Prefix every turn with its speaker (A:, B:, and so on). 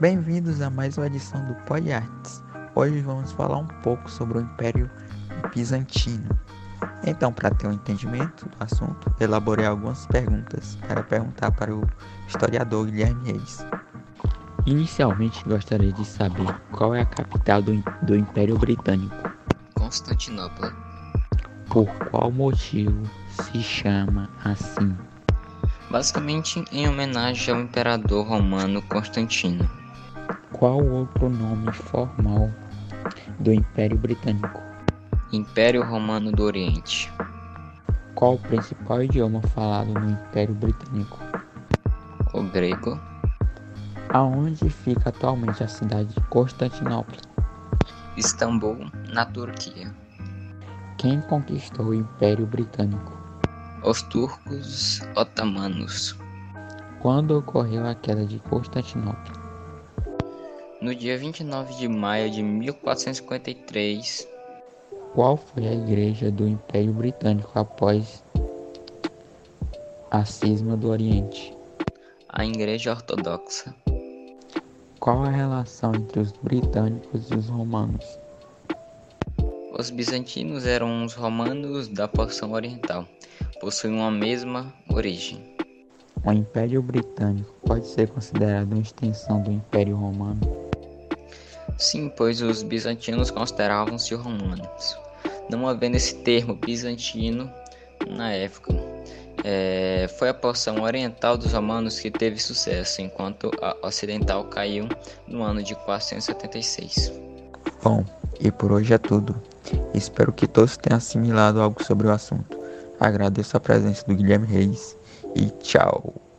A: Bem-vindos a mais uma edição do Pod Artes. Hoje vamos falar um pouco sobre o Império Bizantino. Então, para ter um entendimento do assunto, elaborei algumas perguntas para perguntar para o historiador Guilherme Reis.
B: Inicialmente, gostaria de saber qual é a capital do, do Império Britânico,
C: Constantinopla,
B: por qual motivo se chama assim.
C: basicamente em homenagem ao imperador romano Constantino.
B: Qual outro nome formal do Império Britânico?
C: Império Romano do Oriente,
B: Qual o principal idioma falado no Império Britânico?
C: o grego,
B: Aonde fica atualmente a cidade de Constantinopla?
C: Istambul, na Turquia,
B: Quem conquistou o Império Britânico?
C: os turcos otomanos,
B: Quando ocorreu a queda de Constantinopla?
C: no dia 29 de maio de 1453,
B: Qual foi a igreja do Império Britânico após a cisma do Oriente?
C: a Igreja Ortodoxa,
B: Qual a relação entre os britânicos e os romanos?
C: Os bizantinos eram os romanos da porção oriental, possuíam a mesma origem.
B: O Um Império Britânico pode ser considerado uma extensão do Império Romano.
C: Sim, pois os bizantinos consideravam-se romanos, não havendo esse termo bizantino na época. É, foi a porção oriental dos romanos que teve sucesso, enquanto a ocidental caiu no ano de 476.
A: Bom, e por hoje é tudo. Espero que todos tenham assimilado algo sobre o assunto. Agradeço a presença do Guilherme Reis e tchau!